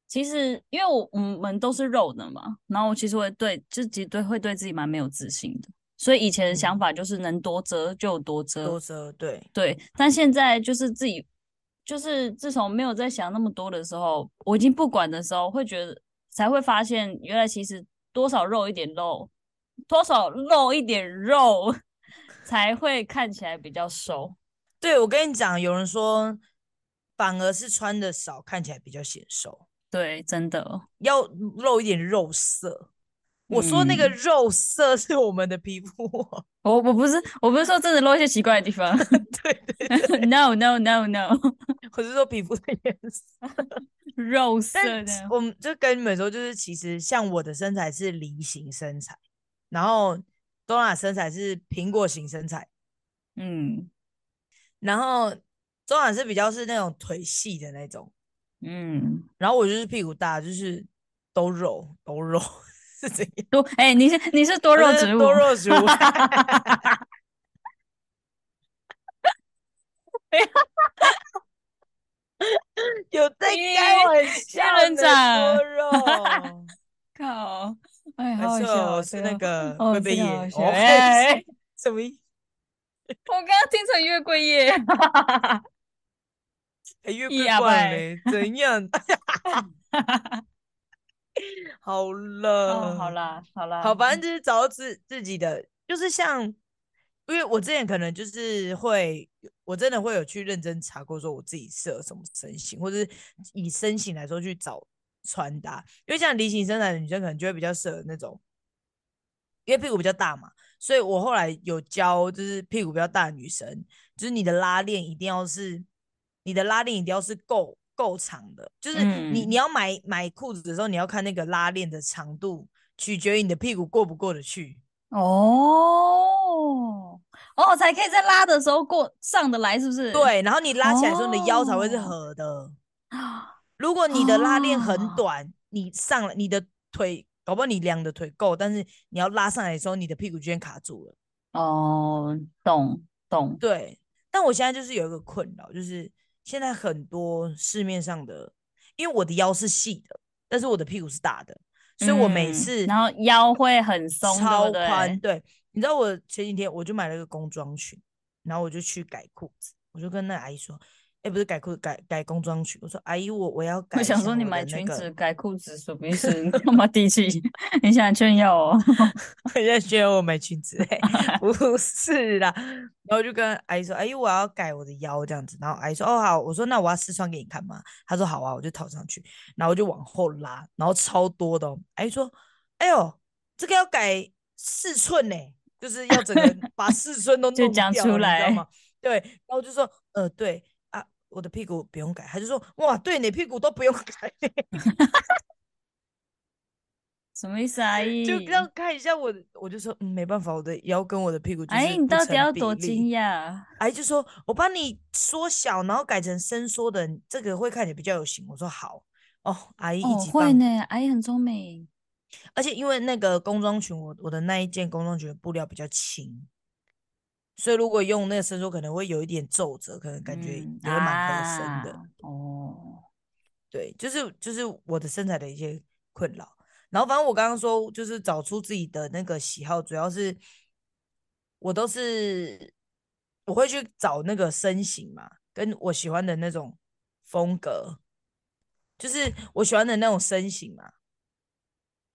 Speaker 1: 其实因为我我们都是肉的嘛，然后我其实会对自己对会对自己蛮没有自信的，所以以前的想
Speaker 2: 嗯，
Speaker 1: 法就是能多遮就多遮。
Speaker 2: 多遮，对，
Speaker 1: 对，但现在就是自己就是自从没有在想那么多的时候，我已经不管的时候，会觉得才会发现，原来其实多少肉一点肉，多少肉一点肉， *laughs* 才会看起来比较瘦。
Speaker 2: 对，我跟你讲，有人说反而是穿的少看起来比较显瘦，
Speaker 1: 对，真的，
Speaker 2: 要露一点肉色。我说那个
Speaker 1: 嗯
Speaker 2: 肉色是我们的皮肤，
Speaker 1: 我我不是我不是说真的露一些奇怪的地方
Speaker 2: *laughs* 对对对，
Speaker 1: *laughs* ，no no no no， *laughs*
Speaker 2: 我是说皮肤的颜色。
Speaker 1: 肉色
Speaker 2: 但
Speaker 1: 的
Speaker 2: 是，我们就跟你们说，就是其实像我的身材是梨形身材，然后多娜身材是苹果型身材，
Speaker 1: 嗯
Speaker 2: 然后周娜是比较是那种腿细的那种，
Speaker 1: 嗯，
Speaker 2: 然后我就是屁股大，就是都肉都肉是怎样？
Speaker 1: 多哎、你是你是多
Speaker 2: 我
Speaker 1: 肉
Speaker 2: 是
Speaker 1: 植物，
Speaker 2: 呃多肉植物。有在开
Speaker 1: 咦
Speaker 2: 玩笑
Speaker 1: 仙人
Speaker 2: 的
Speaker 1: 掌
Speaker 2: 多肉，
Speaker 1: 靠，哎，
Speaker 2: 没
Speaker 1: 好好笑
Speaker 2: 错，
Speaker 1: 哦，
Speaker 2: 是
Speaker 1: 这
Speaker 2: 那
Speaker 1: 个
Speaker 2: 个
Speaker 1: 哦，
Speaker 2: 会
Speaker 1: 这
Speaker 2: 被
Speaker 1: 个
Speaker 2: 野
Speaker 1: 好笑
Speaker 2: 哦
Speaker 1: 哎哎
Speaker 2: 什么意思？
Speaker 1: 我刚刚听成月桂
Speaker 2: *laughs*
Speaker 1: 叶，
Speaker 2: 哎，月
Speaker 1: 一
Speaker 2: 桂
Speaker 1: 哑巴
Speaker 2: 冠
Speaker 1: 欸
Speaker 2: 嘞，怎样？ *laughs* 好
Speaker 1: *laughs* 哦，好
Speaker 2: 了，
Speaker 1: 啦，好啦，
Speaker 2: 嗯好，反正就是找到自自己的，就是像，因为我之前可能就是会，我真的会有去认真查过，说我自己适合什么身形，或者是以身形来说去找穿搭，因为像梨形身材的女生可能就会比较适合那种，因为屁股比较大嘛，所以我后来有教，就是屁股比较大的女生，就是你的拉链一定要是，你的拉链一定要是够够长的，就是你
Speaker 1: 嗯
Speaker 2: 你要买买裤子的时候，你要看那个拉链的长度，取决于你的屁股过不过得去。
Speaker 1: 哦，哦，才可以在拉的时候过上得来，是不是？
Speaker 2: 对，然后你拉起来的时候，你的腰才会是
Speaker 1: 哦
Speaker 2: 合的。
Speaker 1: 啊，
Speaker 2: 如果你的拉链很
Speaker 1: 啊
Speaker 2: 短，你上来你的腿，搞不好你量的腿够，但是你要拉上来的时候，你的屁股居然卡住了。
Speaker 1: 哦，懂懂，
Speaker 2: 对，但我现在就是有一个困扰，就是现在很多市面上的，因为我的腰是细的，但是我的屁股是大的，所以我每
Speaker 1: 嗯
Speaker 2: 次
Speaker 1: 然后腰会很松，对不
Speaker 2: 超
Speaker 1: 对
Speaker 2: 宽。对，你知道我前几天我就买了一个工装裙，然后我就去改裤子，我就跟那阿姨说，哎，不是改裤子，改改工装裙。我说阿姨，我我要改
Speaker 1: 我
Speaker 2: 一
Speaker 1: 想
Speaker 2: 下
Speaker 1: 说，你
Speaker 2: 我
Speaker 1: 买
Speaker 2: 的那
Speaker 1: 裙
Speaker 2: 个
Speaker 1: 子改裤子什么意 *laughs* 思？你干嘛低气？你想炫耀哦？
Speaker 2: 人家觉得我买裙子
Speaker 1: *laughs*
Speaker 2: 嘞，不是啦。然后就跟阿姨说：“阿姨，我要改我的腰这样子。”然后阿姨说：“哦，好。”我说：“那我要试穿给你看吗？”她说：“好啊。”我就套上去，然后我就往后拉，然后超多的、哦。阿姨说：“哎呦，这个要改四寸呢、就是要整个
Speaker 1: *laughs*
Speaker 2: 把四寸都
Speaker 1: 就
Speaker 2: 弄
Speaker 1: 讲
Speaker 2: 掉
Speaker 1: 出
Speaker 2: 了你知道
Speaker 1: 来
Speaker 2: 吗？对。然后我就说：“呃，对啊，我的屁股不用改。”她就说：“哇，对，你屁股都不用改、
Speaker 1: 什么意思，啊阿姨？
Speaker 2: 就要看一下我的，我就说，嗯，没办法，我的腰跟我的屁股就是
Speaker 1: 阿哎姨，你
Speaker 2: 不
Speaker 1: 到底
Speaker 2: 成
Speaker 1: 要
Speaker 2: 比
Speaker 1: 多
Speaker 2: 例
Speaker 1: 惊？讶？哦
Speaker 2: 阿姨就说，我帮你缩小，然后改成伸缩的，这个会看起来比较有型。我说好，哦，阿姨一
Speaker 1: 哦，
Speaker 2: 级
Speaker 1: 会
Speaker 2: 棒。
Speaker 1: 呢，阿姨很聪明。
Speaker 2: 而且因为那个工装裙，我我的那一件工装裙的布料比较轻，所以如果用那个伸缩，可能会有一点皱褶，可能感觉也会
Speaker 1: 嗯
Speaker 2: 蛮合身的。
Speaker 1: 啊哦，
Speaker 2: 对，就是就是我的身材的一些困扰。然后反正我刚刚说，就是找出自己的那个喜好，主要是我都是我会去找那个身形嘛，跟我喜欢的那种风格，就是我喜欢的那种身形嘛。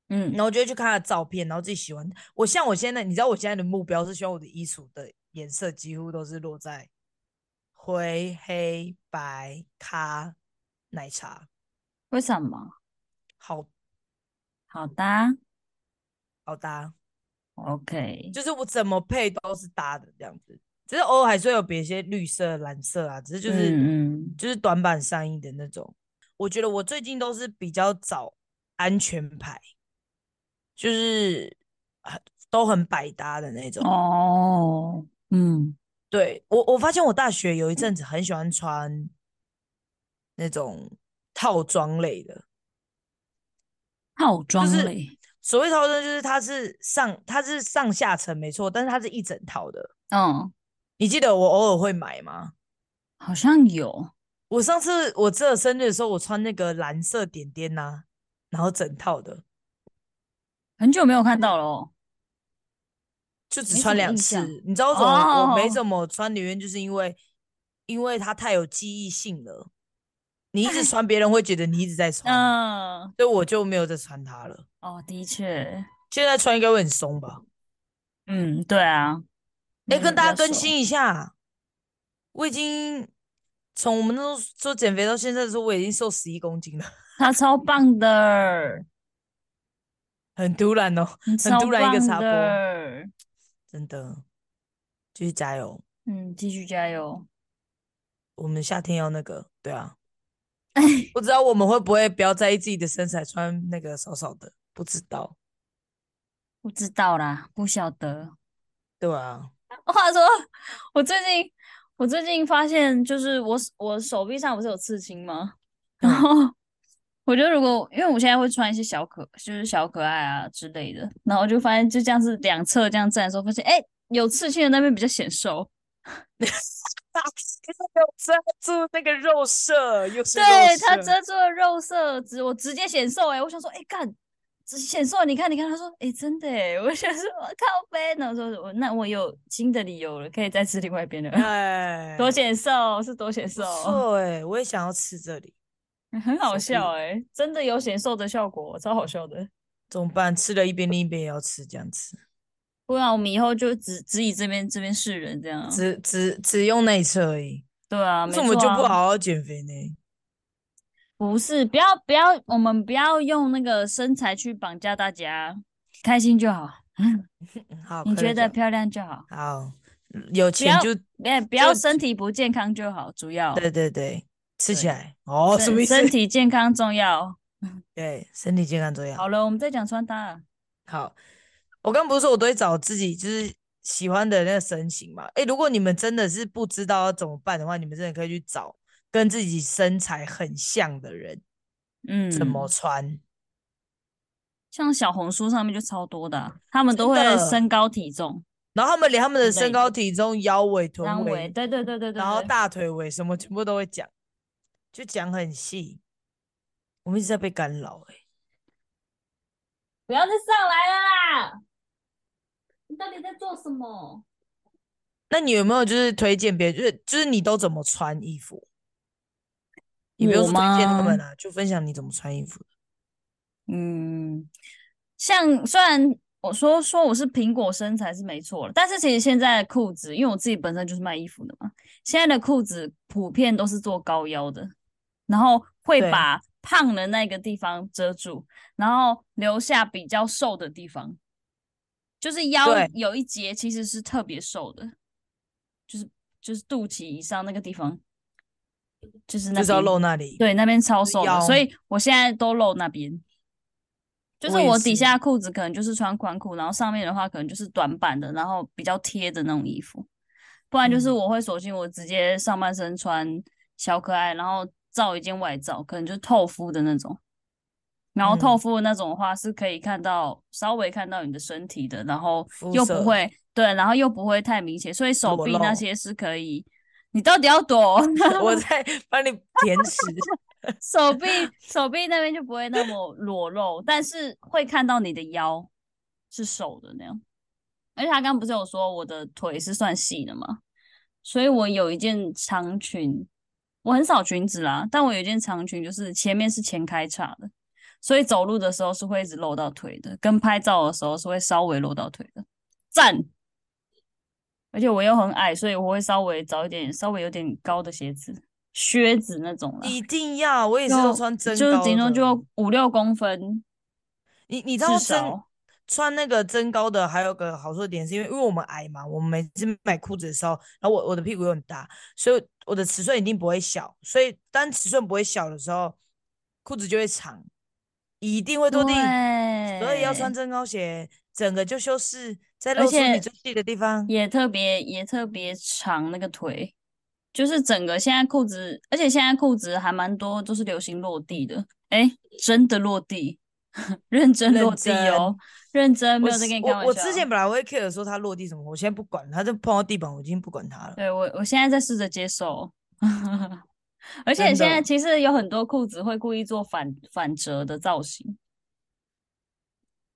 Speaker 1: 嗯
Speaker 2: 然，后我就会去看他的照片，然后自己喜欢。我像我现在，你知道我现在的目标是希望我的衣橱的颜色几乎都是落在灰、黑、白、咖、奶茶，
Speaker 1: 为什么？
Speaker 2: 好
Speaker 1: 好的
Speaker 2: 好搭。
Speaker 1: ，OK，
Speaker 2: 就是我怎么配都是搭的这样子，只是偶尔还是会有别些绿色、蓝色啊，只是就是、
Speaker 1: 嗯嗯
Speaker 2: 就是短版上衣的那种。我觉得我最近都是比较找安全牌，就是很都很百搭的那种。
Speaker 1: 嗯哦，嗯，
Speaker 2: 对我，我发现我大学有一阵子很喜欢穿那种套装类的，
Speaker 1: 套装
Speaker 2: 是
Speaker 1: 类，
Speaker 2: 所谓套装就是它是上它是上下层没错，但是它是一整套的。
Speaker 1: 嗯，
Speaker 2: 你记得我偶尔会买吗？
Speaker 1: 好像有，
Speaker 2: 我上次我这生日的时候，我穿那个蓝色点点呐、然后整套的，
Speaker 1: 很久没有看到了哦。
Speaker 2: 就只
Speaker 1: 没什
Speaker 2: 穿
Speaker 1: 么
Speaker 2: 两
Speaker 1: 印
Speaker 2: 次
Speaker 1: 象。
Speaker 2: 你知道为什么我
Speaker 1: *laughs*
Speaker 2: 没
Speaker 1: 哦
Speaker 2: 怎么穿里面，就是因为因为它太有记忆性了，你一直穿，别人会觉得你一直在穿，
Speaker 1: 哎嗯，
Speaker 2: 所以我就没有再穿它了。
Speaker 1: 哦，的确，
Speaker 2: 现在穿应该会很松吧？
Speaker 1: 嗯，对啊，
Speaker 2: 哎、
Speaker 1: 嗯
Speaker 2: 跟大家更，
Speaker 1: 比较熟
Speaker 2: 新一下，我已经从我们那时候做减肥到现在的时候，我已经瘦十一公斤了，
Speaker 1: *laughs* 他超棒的，
Speaker 2: 很突然哦，
Speaker 1: 你超
Speaker 2: 突然一个
Speaker 1: 棒
Speaker 2: 插播
Speaker 1: 的，
Speaker 2: 真的，继续加油，
Speaker 1: 嗯，继续加油，
Speaker 2: 我们夏天要那个，对啊，
Speaker 1: 哎，
Speaker 2: 不知道我们会不会不要在意自己的身材，穿那个少少的，不知道，
Speaker 1: 不知道啦，不晓得。
Speaker 2: 对啊，
Speaker 1: 话说，我最近我最近发现，就是我手我手臂上不是有刺青吗？然
Speaker 2: 嗯
Speaker 1: 后我觉得如果因为我现在会穿一些小可就是小可爱啊之类的，然后就发现就这样子两侧这样站的时候，发现哎、诶有刺青的那边比较显瘦，
Speaker 2: 没有遮住那个肉色，又是
Speaker 1: 对它遮住了肉色，直我直接显瘦哎、我想说哎干。直接显瘦，你看，你看，他说，哎、真的、哎，我想说，我靠背，然后说，我那我有新的理由了，可以再吃另外一边了，
Speaker 2: 哎，
Speaker 1: *laughs* 多显瘦是多显
Speaker 2: 不
Speaker 1: 瘦，
Speaker 2: 错哎、我也想要吃这里，
Speaker 1: 很好
Speaker 2: 手臂
Speaker 1: 笑哎、真的有显瘦的效果，超好笑的。
Speaker 2: 怎么办？吃了一边，另一边也要吃，这样子，
Speaker 1: 不然我们以后就只只以这边这边示人这样。
Speaker 2: 只只只用内侧而已。
Speaker 1: 对啊，嗯
Speaker 2: 为
Speaker 1: 没
Speaker 2: 什
Speaker 1: 错、
Speaker 2: 么就不
Speaker 1: 啊。
Speaker 2: 好好减肥呢？
Speaker 1: 不是，不要不要，我们不要用那个身材去绑架大家，开心就好，
Speaker 2: 嗯好，
Speaker 1: 你
Speaker 2: 快
Speaker 1: 觉
Speaker 2: 乐
Speaker 1: 得
Speaker 2: 奖
Speaker 1: 漂亮就好，
Speaker 2: 好，嗯有钱
Speaker 1: 要
Speaker 2: 就
Speaker 1: 哎，不要身体不健康就好，主要
Speaker 2: 对对对，吃起
Speaker 1: 对
Speaker 2: 来哦，什么意
Speaker 1: 身
Speaker 2: 思？
Speaker 1: 身体健康重要。
Speaker 2: 对，身体健康重要。
Speaker 1: 好了，我们再讲穿搭，啊
Speaker 2: 好，我刚不是说我都会找自己就是喜欢的那个身形嘛？哎，如果你们真的是不知道要怎么办的话，你们真的可以去找跟自己身材很像的人
Speaker 1: 嗯，
Speaker 2: 怎么穿。
Speaker 1: 像小红书上面就超多的啊、他们都会
Speaker 2: 真的
Speaker 1: 身高体重、
Speaker 2: 然后他们连他们的
Speaker 1: 之类
Speaker 2: 身
Speaker 1: 的
Speaker 2: 高、体重、腰围、臀
Speaker 1: 三围，
Speaker 2: 围，
Speaker 1: 对对对对对，
Speaker 2: 然后
Speaker 1: 对
Speaker 2: 大腿围什么全部都会讲，就讲很细。我们一直在被干扰哎、
Speaker 1: 不要再上来了啦！你到底在做什么？
Speaker 2: 那你有没有就是推荐别人，就是就是你都怎么穿衣服？你不用
Speaker 1: 我
Speaker 2: 说推荐他们
Speaker 1: 吗
Speaker 2: 啊，就分享你怎么穿衣服的。
Speaker 1: 嗯，像虽然我说说我是苹果身材是没错了，但是其实现在的裤子，因为我自己本身就是卖衣服的嘛，现在的裤子普遍都是做高腰的，然后会
Speaker 2: 对
Speaker 1: 把胖的那个地方遮住，然后留下比较瘦的地方，就是腰
Speaker 2: 对
Speaker 1: 有一节其实是特别瘦的，就是就是肚脐以上那个地方，就是那
Speaker 2: 就是要
Speaker 1: 边
Speaker 2: 露那里。
Speaker 1: 对，那边超
Speaker 2: 是
Speaker 1: 瘦的，
Speaker 2: 腰
Speaker 1: 所以我现在都露那边。就是
Speaker 2: 我也
Speaker 1: 我底
Speaker 2: 是
Speaker 1: 下裤子可能就是穿宽裤，然后上面的话可能就是短版的，然后比较贴的那种衣服，不然就是
Speaker 2: 嗯
Speaker 1: 我会索性我直接上半身穿小可爱，然后罩一件外罩，可能就透肤的那种。然后透
Speaker 2: 嗯
Speaker 1: 肤的那种的话是可以看到稍微看到你的身体的，然后
Speaker 2: 肤
Speaker 1: 又
Speaker 2: 色
Speaker 1: 不会对，然后又不会太明显，所以手
Speaker 2: 裸
Speaker 1: 臂那
Speaker 2: 露
Speaker 1: 些是可以。你到底要躲？ *laughs*
Speaker 2: 我在帮你填词。
Speaker 1: 手臂手臂那边就不会那么裸露，但是会看到你的腰是瘦的那样。而且他刚不是有说我的腿是算细的嘛，所以我有一件长裙，我很少裙子啦，但我有一件长裙，就是前面是前开叉的，所以走路的时候是会一直露到腿的，跟拍照的时候是会稍微露到腿的，赞。而且我又很矮，所以我会稍微找一点稍微有点高的鞋子，靴子那种啦。
Speaker 2: 一定要，我也是
Speaker 1: 就
Speaker 2: 都穿增
Speaker 1: 就是
Speaker 2: 高
Speaker 1: 顶多
Speaker 2: 的哦
Speaker 1: 就五六公分，
Speaker 2: 你你知
Speaker 1: 至
Speaker 2: 道增
Speaker 1: 少
Speaker 2: 穿那个增高的还有个好处的点是因为因为我们矮嘛，我们每次买裤子的时候，然后我我的屁股又很大，所以我的尺寸一定不会小，所以当尺寸不会小的时候，裤子就会长，一定会
Speaker 1: 对
Speaker 2: 落地，所以要穿增高鞋，整个就修饰，再
Speaker 1: 而
Speaker 2: 露出
Speaker 1: 且
Speaker 2: 你最细的地方。
Speaker 1: 也特别也特别长那个腿，就是整个现在裤子，而且现在裤子还蛮多都是流行落地的，哎，真的落地， *laughs* 认真
Speaker 2: 认
Speaker 1: 落地哦，认真没
Speaker 2: 我
Speaker 1: 有在
Speaker 2: 是
Speaker 1: 跟你开
Speaker 2: 我
Speaker 1: 玩
Speaker 2: 我
Speaker 1: 笑。哦
Speaker 2: 之前本来会 care 说它落地什么，我现在不管，它就碰到地板，我已经不管它了。
Speaker 1: 对我我现在在试着接受。 *laughs* 而且
Speaker 2: 真
Speaker 1: 现在
Speaker 2: 的
Speaker 1: 其实有很多裤子会故意做反反折的造型，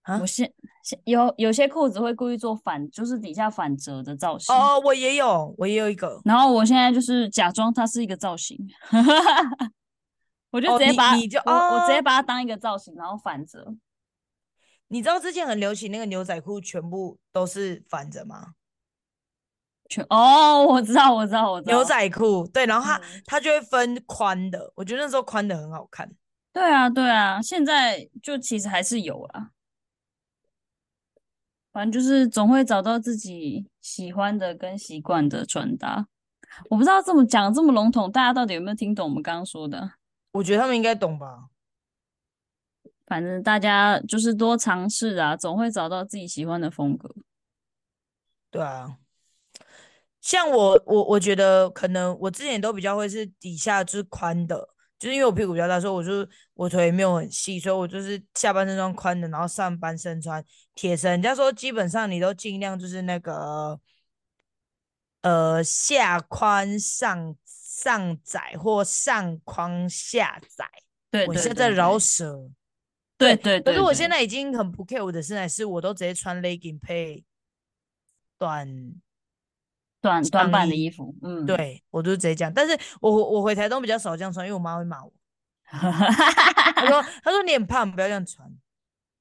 Speaker 2: 啊
Speaker 1: 我现现有有些裤子会故意做反，就是底下反折的造型。
Speaker 2: 哦，我也有，我也有一个。
Speaker 1: 然后我现在就是假装它是一个造型， *laughs* 我就
Speaker 2: 哦
Speaker 1: 直接
Speaker 2: 你
Speaker 1: 把它
Speaker 2: 你就
Speaker 1: 我我直接
Speaker 2: 哦
Speaker 1: 把它当一个造型，然后反折。
Speaker 2: 你知道之前很流行那个牛仔裤全部都是反着吗？
Speaker 1: 全哦，我知道，我知道，我知道。
Speaker 2: 牛仔裤对，然后它
Speaker 1: 嗯
Speaker 2: 它就会分宽的，我觉得那时候宽的很好看。
Speaker 1: 对啊，对啊，现在就其实还是有啦，反正就是总会找到自己喜欢的跟习惯的穿搭。我不知道这么讲这么笼统，大家到底有没有听懂我们刚刚说的？
Speaker 2: 我觉得他们应该懂吧？
Speaker 1: 反正大家就是多尝试啊，总会找到自己喜欢的风格。
Speaker 2: 对啊，像我我我觉得可能我之前都比较会是底下就是宽的，就是因为我屁股比较大，所以我就是我腿没有很细，所以我就是下半身穿宽的，然后上半身穿贴身。人家说基本上你都尽量就是那个呃下宽上上窄或上宽下窄。
Speaker 1: 对
Speaker 2: 我
Speaker 1: 对
Speaker 2: 现在
Speaker 1: 对
Speaker 2: 在
Speaker 1: 对
Speaker 2: 饶舌，
Speaker 1: 对对
Speaker 2: 可
Speaker 1: 对，
Speaker 2: 是我现
Speaker 1: 对
Speaker 2: 在已经很不 care 我的身材，是我都直接穿 legging 配短。
Speaker 1: 短短
Speaker 2: 上
Speaker 1: 版的
Speaker 2: 衣
Speaker 1: 衣服，嗯， *laughs*
Speaker 2: 对，我就直接讲，但是我回我回台东比较少这样穿，因为我妈会骂我。她
Speaker 1: *laughs*
Speaker 2: 说：“她说你很胖，不要这样穿。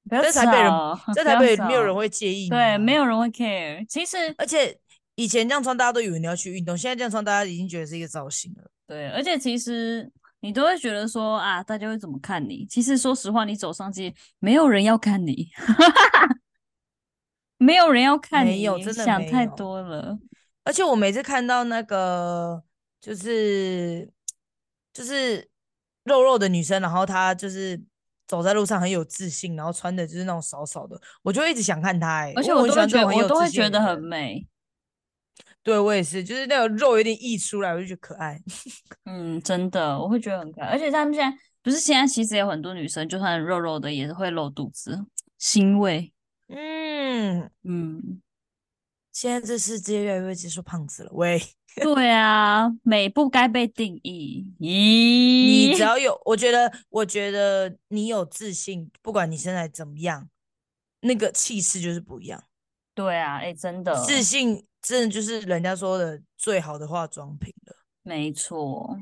Speaker 1: 不要
Speaker 2: 在台北人
Speaker 1: 吵，
Speaker 2: 在
Speaker 1: 哦不
Speaker 2: 台
Speaker 1: 要
Speaker 2: 北没有人
Speaker 1: 吵，
Speaker 2: 会介意你
Speaker 1: 对，
Speaker 2: 啊
Speaker 1: 没。有人会 care。其实
Speaker 2: 而且以前这样穿，大家都以为你要去运动，现在这样穿，大家已经觉得是一个造型了。
Speaker 1: 对，而且其实你都会觉得说啊，大家会怎么看你？其实说实话，你走上街，没有人要看你， *laughs* 没有人要看
Speaker 2: 没
Speaker 1: 你，
Speaker 2: 有
Speaker 1: 你
Speaker 2: 真的
Speaker 1: 想
Speaker 2: 没
Speaker 1: 太
Speaker 2: 有
Speaker 1: 多了。
Speaker 2: 而且我每次看到那个就是就是肉肉的女生，然后她就是走在路上很有自信，然后穿的就是那种少少的，我就会一直想看她、欸。
Speaker 1: 而且
Speaker 2: 因为我
Speaker 1: 都
Speaker 2: 很喜
Speaker 1: 会
Speaker 2: 欢
Speaker 1: 觉得，
Speaker 2: 这种很
Speaker 1: 我
Speaker 2: 有
Speaker 1: 都
Speaker 2: 自
Speaker 1: 会
Speaker 2: 信
Speaker 1: 觉
Speaker 2: 的
Speaker 1: 得
Speaker 2: 女
Speaker 1: 很
Speaker 2: 人。
Speaker 1: 美。
Speaker 2: 对，我也是，就是那个肉有点溢出来，我就觉得可爱。
Speaker 1: 嗯，真的，我会觉得很可爱。而且他们现在不是现在，其实有很多女生，就算肉肉的，也是会露肚子，欣慰。
Speaker 2: 嗯，
Speaker 1: 嗯，
Speaker 2: 现在这世界越来越接受胖子了。喂，
Speaker 1: 对啊，美不该被定义。
Speaker 2: 你
Speaker 1: *laughs* 咦，
Speaker 2: 只要有，我觉得，我觉得你有自信，不管你身材怎么样，那个气势就是不一样。
Speaker 1: 对啊，哎、真的，
Speaker 2: 自信真的就是人家说的最好的化妆品了。
Speaker 1: 没错。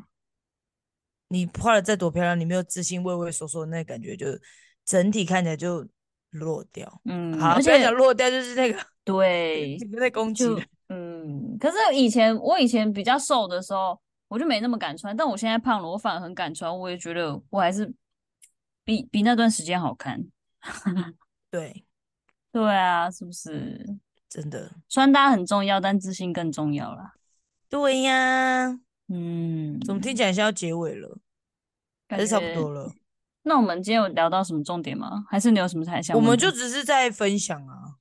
Speaker 2: 你画的再多漂亮，你没有自信，畏畏缩缩，那感觉就整体看起来就落掉。
Speaker 1: 嗯，
Speaker 2: 好，
Speaker 1: 而
Speaker 2: 不要讲
Speaker 1: 且
Speaker 2: 落掉，就是那个
Speaker 1: 对，
Speaker 2: 你们在攻击
Speaker 1: 就
Speaker 2: 人。
Speaker 1: 嗯，可是以前我以前比较瘦的时候，我就没那么敢穿，但我现在胖了，我反而很敢穿，我也觉得我还是比比那段时间好看。
Speaker 2: 对，
Speaker 1: 对啊，是不是？
Speaker 2: 真的，
Speaker 1: 穿搭很重要，但自信更重要啦。
Speaker 2: 对呀。
Speaker 1: 嗯，
Speaker 2: 怎么听起来像要结尾了？还
Speaker 1: 感
Speaker 2: 是差不
Speaker 1: 觉
Speaker 2: 多了？
Speaker 1: 那我们今天有聊到什么重点吗？还是你有什么还想
Speaker 2: 我
Speaker 1: 问
Speaker 2: 们
Speaker 1: 的
Speaker 2: 就只是在分享啊，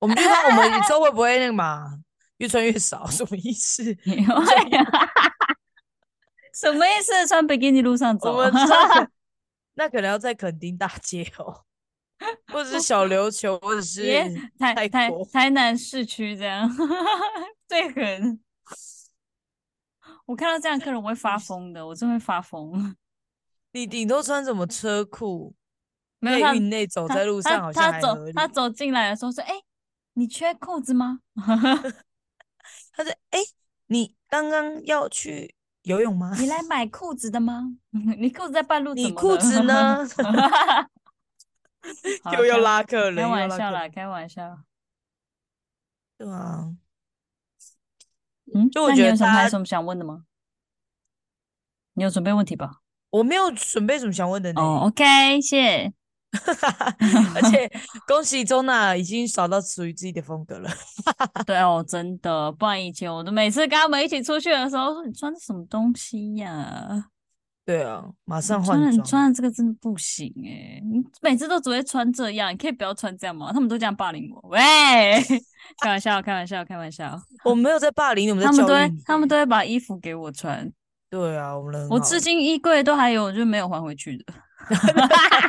Speaker 2: 我们就看我们之后会不会那个嘛， *laughs* 越穿越少， *laughs* 什么意思？
Speaker 1: *laughs* 你会什么意思？穿比基尼路上
Speaker 2: 我
Speaker 1: 走？
Speaker 2: 们穿可 *laughs* 那可能要在垦丁大街
Speaker 1: *laughs*
Speaker 2: 哦，或者是小琉球，或者
Speaker 1: 耶，
Speaker 2: 是
Speaker 1: 台
Speaker 2: 泰
Speaker 1: 台
Speaker 2: 国。
Speaker 1: 台南市区这样， *laughs* 最狠。我看到这样的客人我会发疯的，我真会发疯。
Speaker 2: 你顶多穿什么车裤？
Speaker 1: 没有
Speaker 2: 内
Speaker 1: 他
Speaker 2: 运内走在路上
Speaker 1: 他
Speaker 2: 好
Speaker 1: 他他
Speaker 2: 像还
Speaker 1: 走
Speaker 2: 合理。
Speaker 1: 他走进来的时候说：“哎、你缺裤子吗
Speaker 2: 他说：“哎、你刚刚要去游泳吗？
Speaker 1: 你来买裤子的吗？ *laughs* 你裤子在半路怎
Speaker 2: 你
Speaker 1: 么
Speaker 2: 裤
Speaker 1: 了？
Speaker 2: 子呢？” *laughs*
Speaker 1: *laughs* 好
Speaker 2: 又
Speaker 1: 了，
Speaker 2: 要
Speaker 1: 开
Speaker 2: 拉客人，
Speaker 1: 开
Speaker 2: 又要
Speaker 1: 玩笑
Speaker 2: 拉客人嗯
Speaker 1: 啦，开玩笑。
Speaker 2: 对啊，
Speaker 1: 嗯，
Speaker 2: 就我
Speaker 1: 那
Speaker 2: 觉
Speaker 1: 你
Speaker 2: 得
Speaker 1: 有什么还
Speaker 2: 大
Speaker 1: 有
Speaker 2: 家
Speaker 1: 什么想问的吗？你有准备问题吧？
Speaker 2: 我没有准备什么想问的呢。
Speaker 1: 哦，OK，谢。
Speaker 2: *laughs* 而且恭喜周娜已经找到属于自己的风格了。
Speaker 1: 对哦，真的，不然以前我都每次跟他们一起出去的时候，说你穿的什么东西呀、
Speaker 2: 对啊，马
Speaker 1: 你
Speaker 2: 上
Speaker 1: 穿的
Speaker 2: 换
Speaker 1: 你穿
Speaker 2: 装。啊
Speaker 1: 的这个真的不行诶、你每次都只会穿这样，你可以不要穿这样吗？他们都这样霸凌我，喂， *laughs* 开玩笑，开玩笑，开玩笑，
Speaker 2: 我没有在霸凌你，我们
Speaker 1: 他
Speaker 2: 在
Speaker 1: 们
Speaker 2: 教
Speaker 1: 都
Speaker 2: 育
Speaker 1: 会
Speaker 2: 你。
Speaker 1: 他们都会把衣服给我穿，
Speaker 2: 对啊，我们人
Speaker 1: 我
Speaker 2: 很好
Speaker 1: 至。今衣柜都还有，就是没有还回去的， *laughs*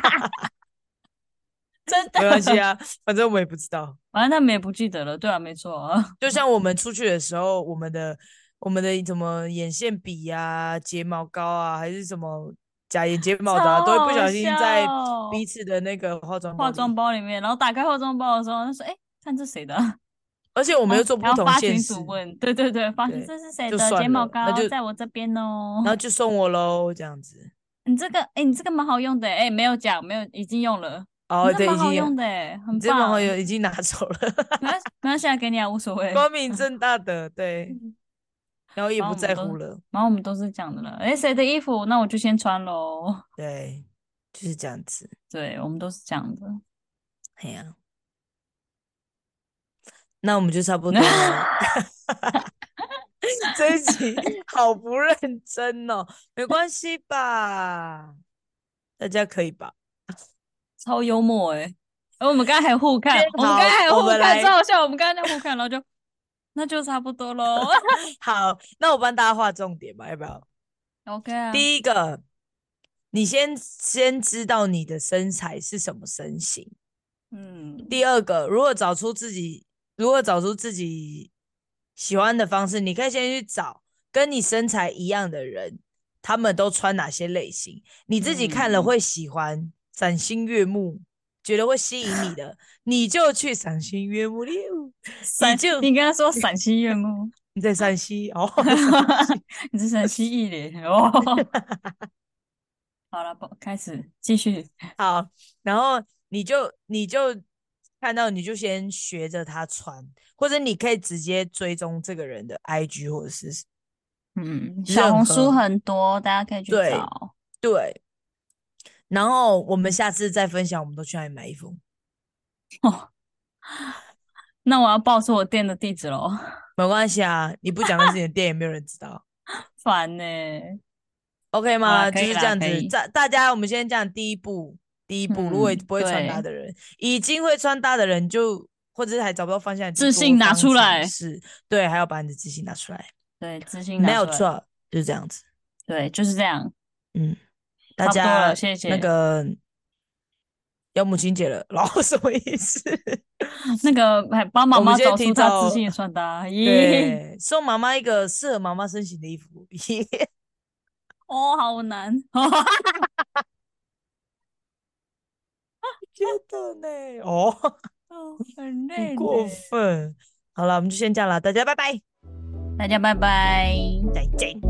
Speaker 1: 真
Speaker 2: 没关系
Speaker 1: 的，
Speaker 2: 啊，反正我们也不知道。
Speaker 1: 反正他们也不记得了，对啊，没错啊，
Speaker 2: 就像我们出去的时候，我们的我们的什么眼线笔啊、睫毛膏啊，还是什么假眼睫毛的啊、都会不
Speaker 1: 超好
Speaker 2: 小心在
Speaker 1: 笑
Speaker 2: 彼此的那个化妆包
Speaker 1: 化
Speaker 2: 里
Speaker 1: 妆包里面，然后打开化妆包的时候，他说：“哎、看这谁的啊、
Speaker 2: 而且我们又做不
Speaker 1: *laughs* 然后
Speaker 2: 同
Speaker 1: 发
Speaker 2: 县
Speaker 1: 群
Speaker 2: 市，
Speaker 1: 组问，对对对，发
Speaker 2: 对
Speaker 1: 现这是谁
Speaker 2: 就
Speaker 1: 的
Speaker 2: 算
Speaker 1: 睫毛
Speaker 2: 了
Speaker 1: 膏
Speaker 2: 那就，
Speaker 1: 在我这边哦
Speaker 2: 然。后就送我喽，这样子。
Speaker 1: 你这个，哎、你这个蛮好用的、哎、没有讲，没有，已经用了，
Speaker 2: 哦，
Speaker 1: 你
Speaker 2: 对，
Speaker 1: 这
Speaker 2: 已
Speaker 1: 蛮好
Speaker 2: 经
Speaker 1: 用
Speaker 2: 有，
Speaker 1: 的、哎，很
Speaker 2: 你这蛮
Speaker 1: 棒。
Speaker 2: 好用，已经拿走了，
Speaker 1: 没关系，没关系啊，给你啊，无所
Speaker 2: *laughs*
Speaker 1: 谓。
Speaker 2: 光明正大的，对，
Speaker 1: 嗯
Speaker 2: 然后也
Speaker 1: 把
Speaker 2: 不
Speaker 1: 我们
Speaker 2: 在
Speaker 1: 都
Speaker 2: 乎了，
Speaker 1: 然后我们都是这样的了。哎、谁的衣服，那我就先穿喽。
Speaker 2: 对，就是这样子。
Speaker 1: 对，我们都是这样的。
Speaker 2: 哎呀，那我们就差不多
Speaker 1: *laughs*
Speaker 2: 了。这一集好不认真哦，没关系吧？大家可以吧？
Speaker 1: 超幽默哎、而我们刚才还互看
Speaker 2: 先，
Speaker 1: 我们刚才
Speaker 2: 好
Speaker 1: 还
Speaker 2: 我
Speaker 1: 互
Speaker 2: 们来
Speaker 1: 看，超好笑。我们刚才在互看，然后就那就差不多
Speaker 2: *laughs*
Speaker 1: 喽。
Speaker 2: 好，那我帮大家画重点吧，要不要？
Speaker 1: *laughs* OK 啊，
Speaker 2: 第一个，你先先知道你的身材是什么身形。
Speaker 1: 嗯，
Speaker 2: 第二个，如果找出自己，如果找出自己喜欢的方式，你可以先去找跟你身材一样的人，他们都穿哪些类型，你自己看了
Speaker 1: 嗯
Speaker 2: 会喜欢，赏心悦目，觉得会吸引你的，你就去赏心悦目了。
Speaker 1: 闪
Speaker 2: 就
Speaker 1: 你跟他说陕西月
Speaker 2: *laughs*
Speaker 1: 幕，
Speaker 2: 你在山西哦， *laughs* 陕西
Speaker 1: *laughs* 你是陕西艺人
Speaker 2: *laughs*
Speaker 1: 哦。好了，不开始继续。
Speaker 2: 好，然后你就你就看到你就先学着他穿，或者你可以直接追踪这个人的 IG 或者是
Speaker 1: 嗯，
Speaker 2: 任
Speaker 1: 小红
Speaker 2: 何
Speaker 1: 书很多，大家可以去
Speaker 2: 对
Speaker 1: 找。
Speaker 2: 对，然后我们下次再分享我们都去哪里买衣服，
Speaker 1: 那我要报出我店的地址喽，
Speaker 2: 没关系啊，你不讲那是你的店，也没有人知道
Speaker 1: *laughs* 烦呢、
Speaker 2: ，OK
Speaker 1: 好啦
Speaker 2: 吗？就
Speaker 1: 可以
Speaker 2: 是这
Speaker 1: 啦
Speaker 2: 样
Speaker 1: 可
Speaker 2: 子，
Speaker 1: 以
Speaker 2: 大大家我们先讲第一步，第一步，如果
Speaker 1: 嗯
Speaker 2: 不会穿搭
Speaker 1: 对
Speaker 2: 的人，已经会穿搭的人就。或者是还找不到方向，你就
Speaker 1: 自
Speaker 2: 多
Speaker 1: 信拿
Speaker 2: 方
Speaker 1: 出
Speaker 2: 尝
Speaker 1: 来
Speaker 2: 试对，还要把你的自信拿出来，
Speaker 1: 对，自信拿
Speaker 2: 没有
Speaker 1: 出来，
Speaker 2: 错，就是这样子。
Speaker 1: 对，就是这样。
Speaker 2: 嗯，大
Speaker 1: 差不多了
Speaker 2: 家
Speaker 1: 谢
Speaker 2: 那
Speaker 1: 谢
Speaker 2: 个要母亲节了，然后什么意思？
Speaker 1: 那个还帮妈
Speaker 2: 我们
Speaker 1: 妈
Speaker 2: 今
Speaker 1: 找
Speaker 2: 天提
Speaker 1: 出她
Speaker 2: 早
Speaker 1: 自信的穿搭，咦，
Speaker 2: 哦对， *laughs* 送妈妈一个适合妈妈身形的衣服。
Speaker 1: 哦，好难， *laughs*
Speaker 2: 觉得呢？哦，
Speaker 1: 很
Speaker 2: 很
Speaker 1: 累
Speaker 2: 过
Speaker 1: 呢
Speaker 2: 分。好了，我们就先这样了，大家拜拜，
Speaker 1: 大家拜拜。
Speaker 2: 再见。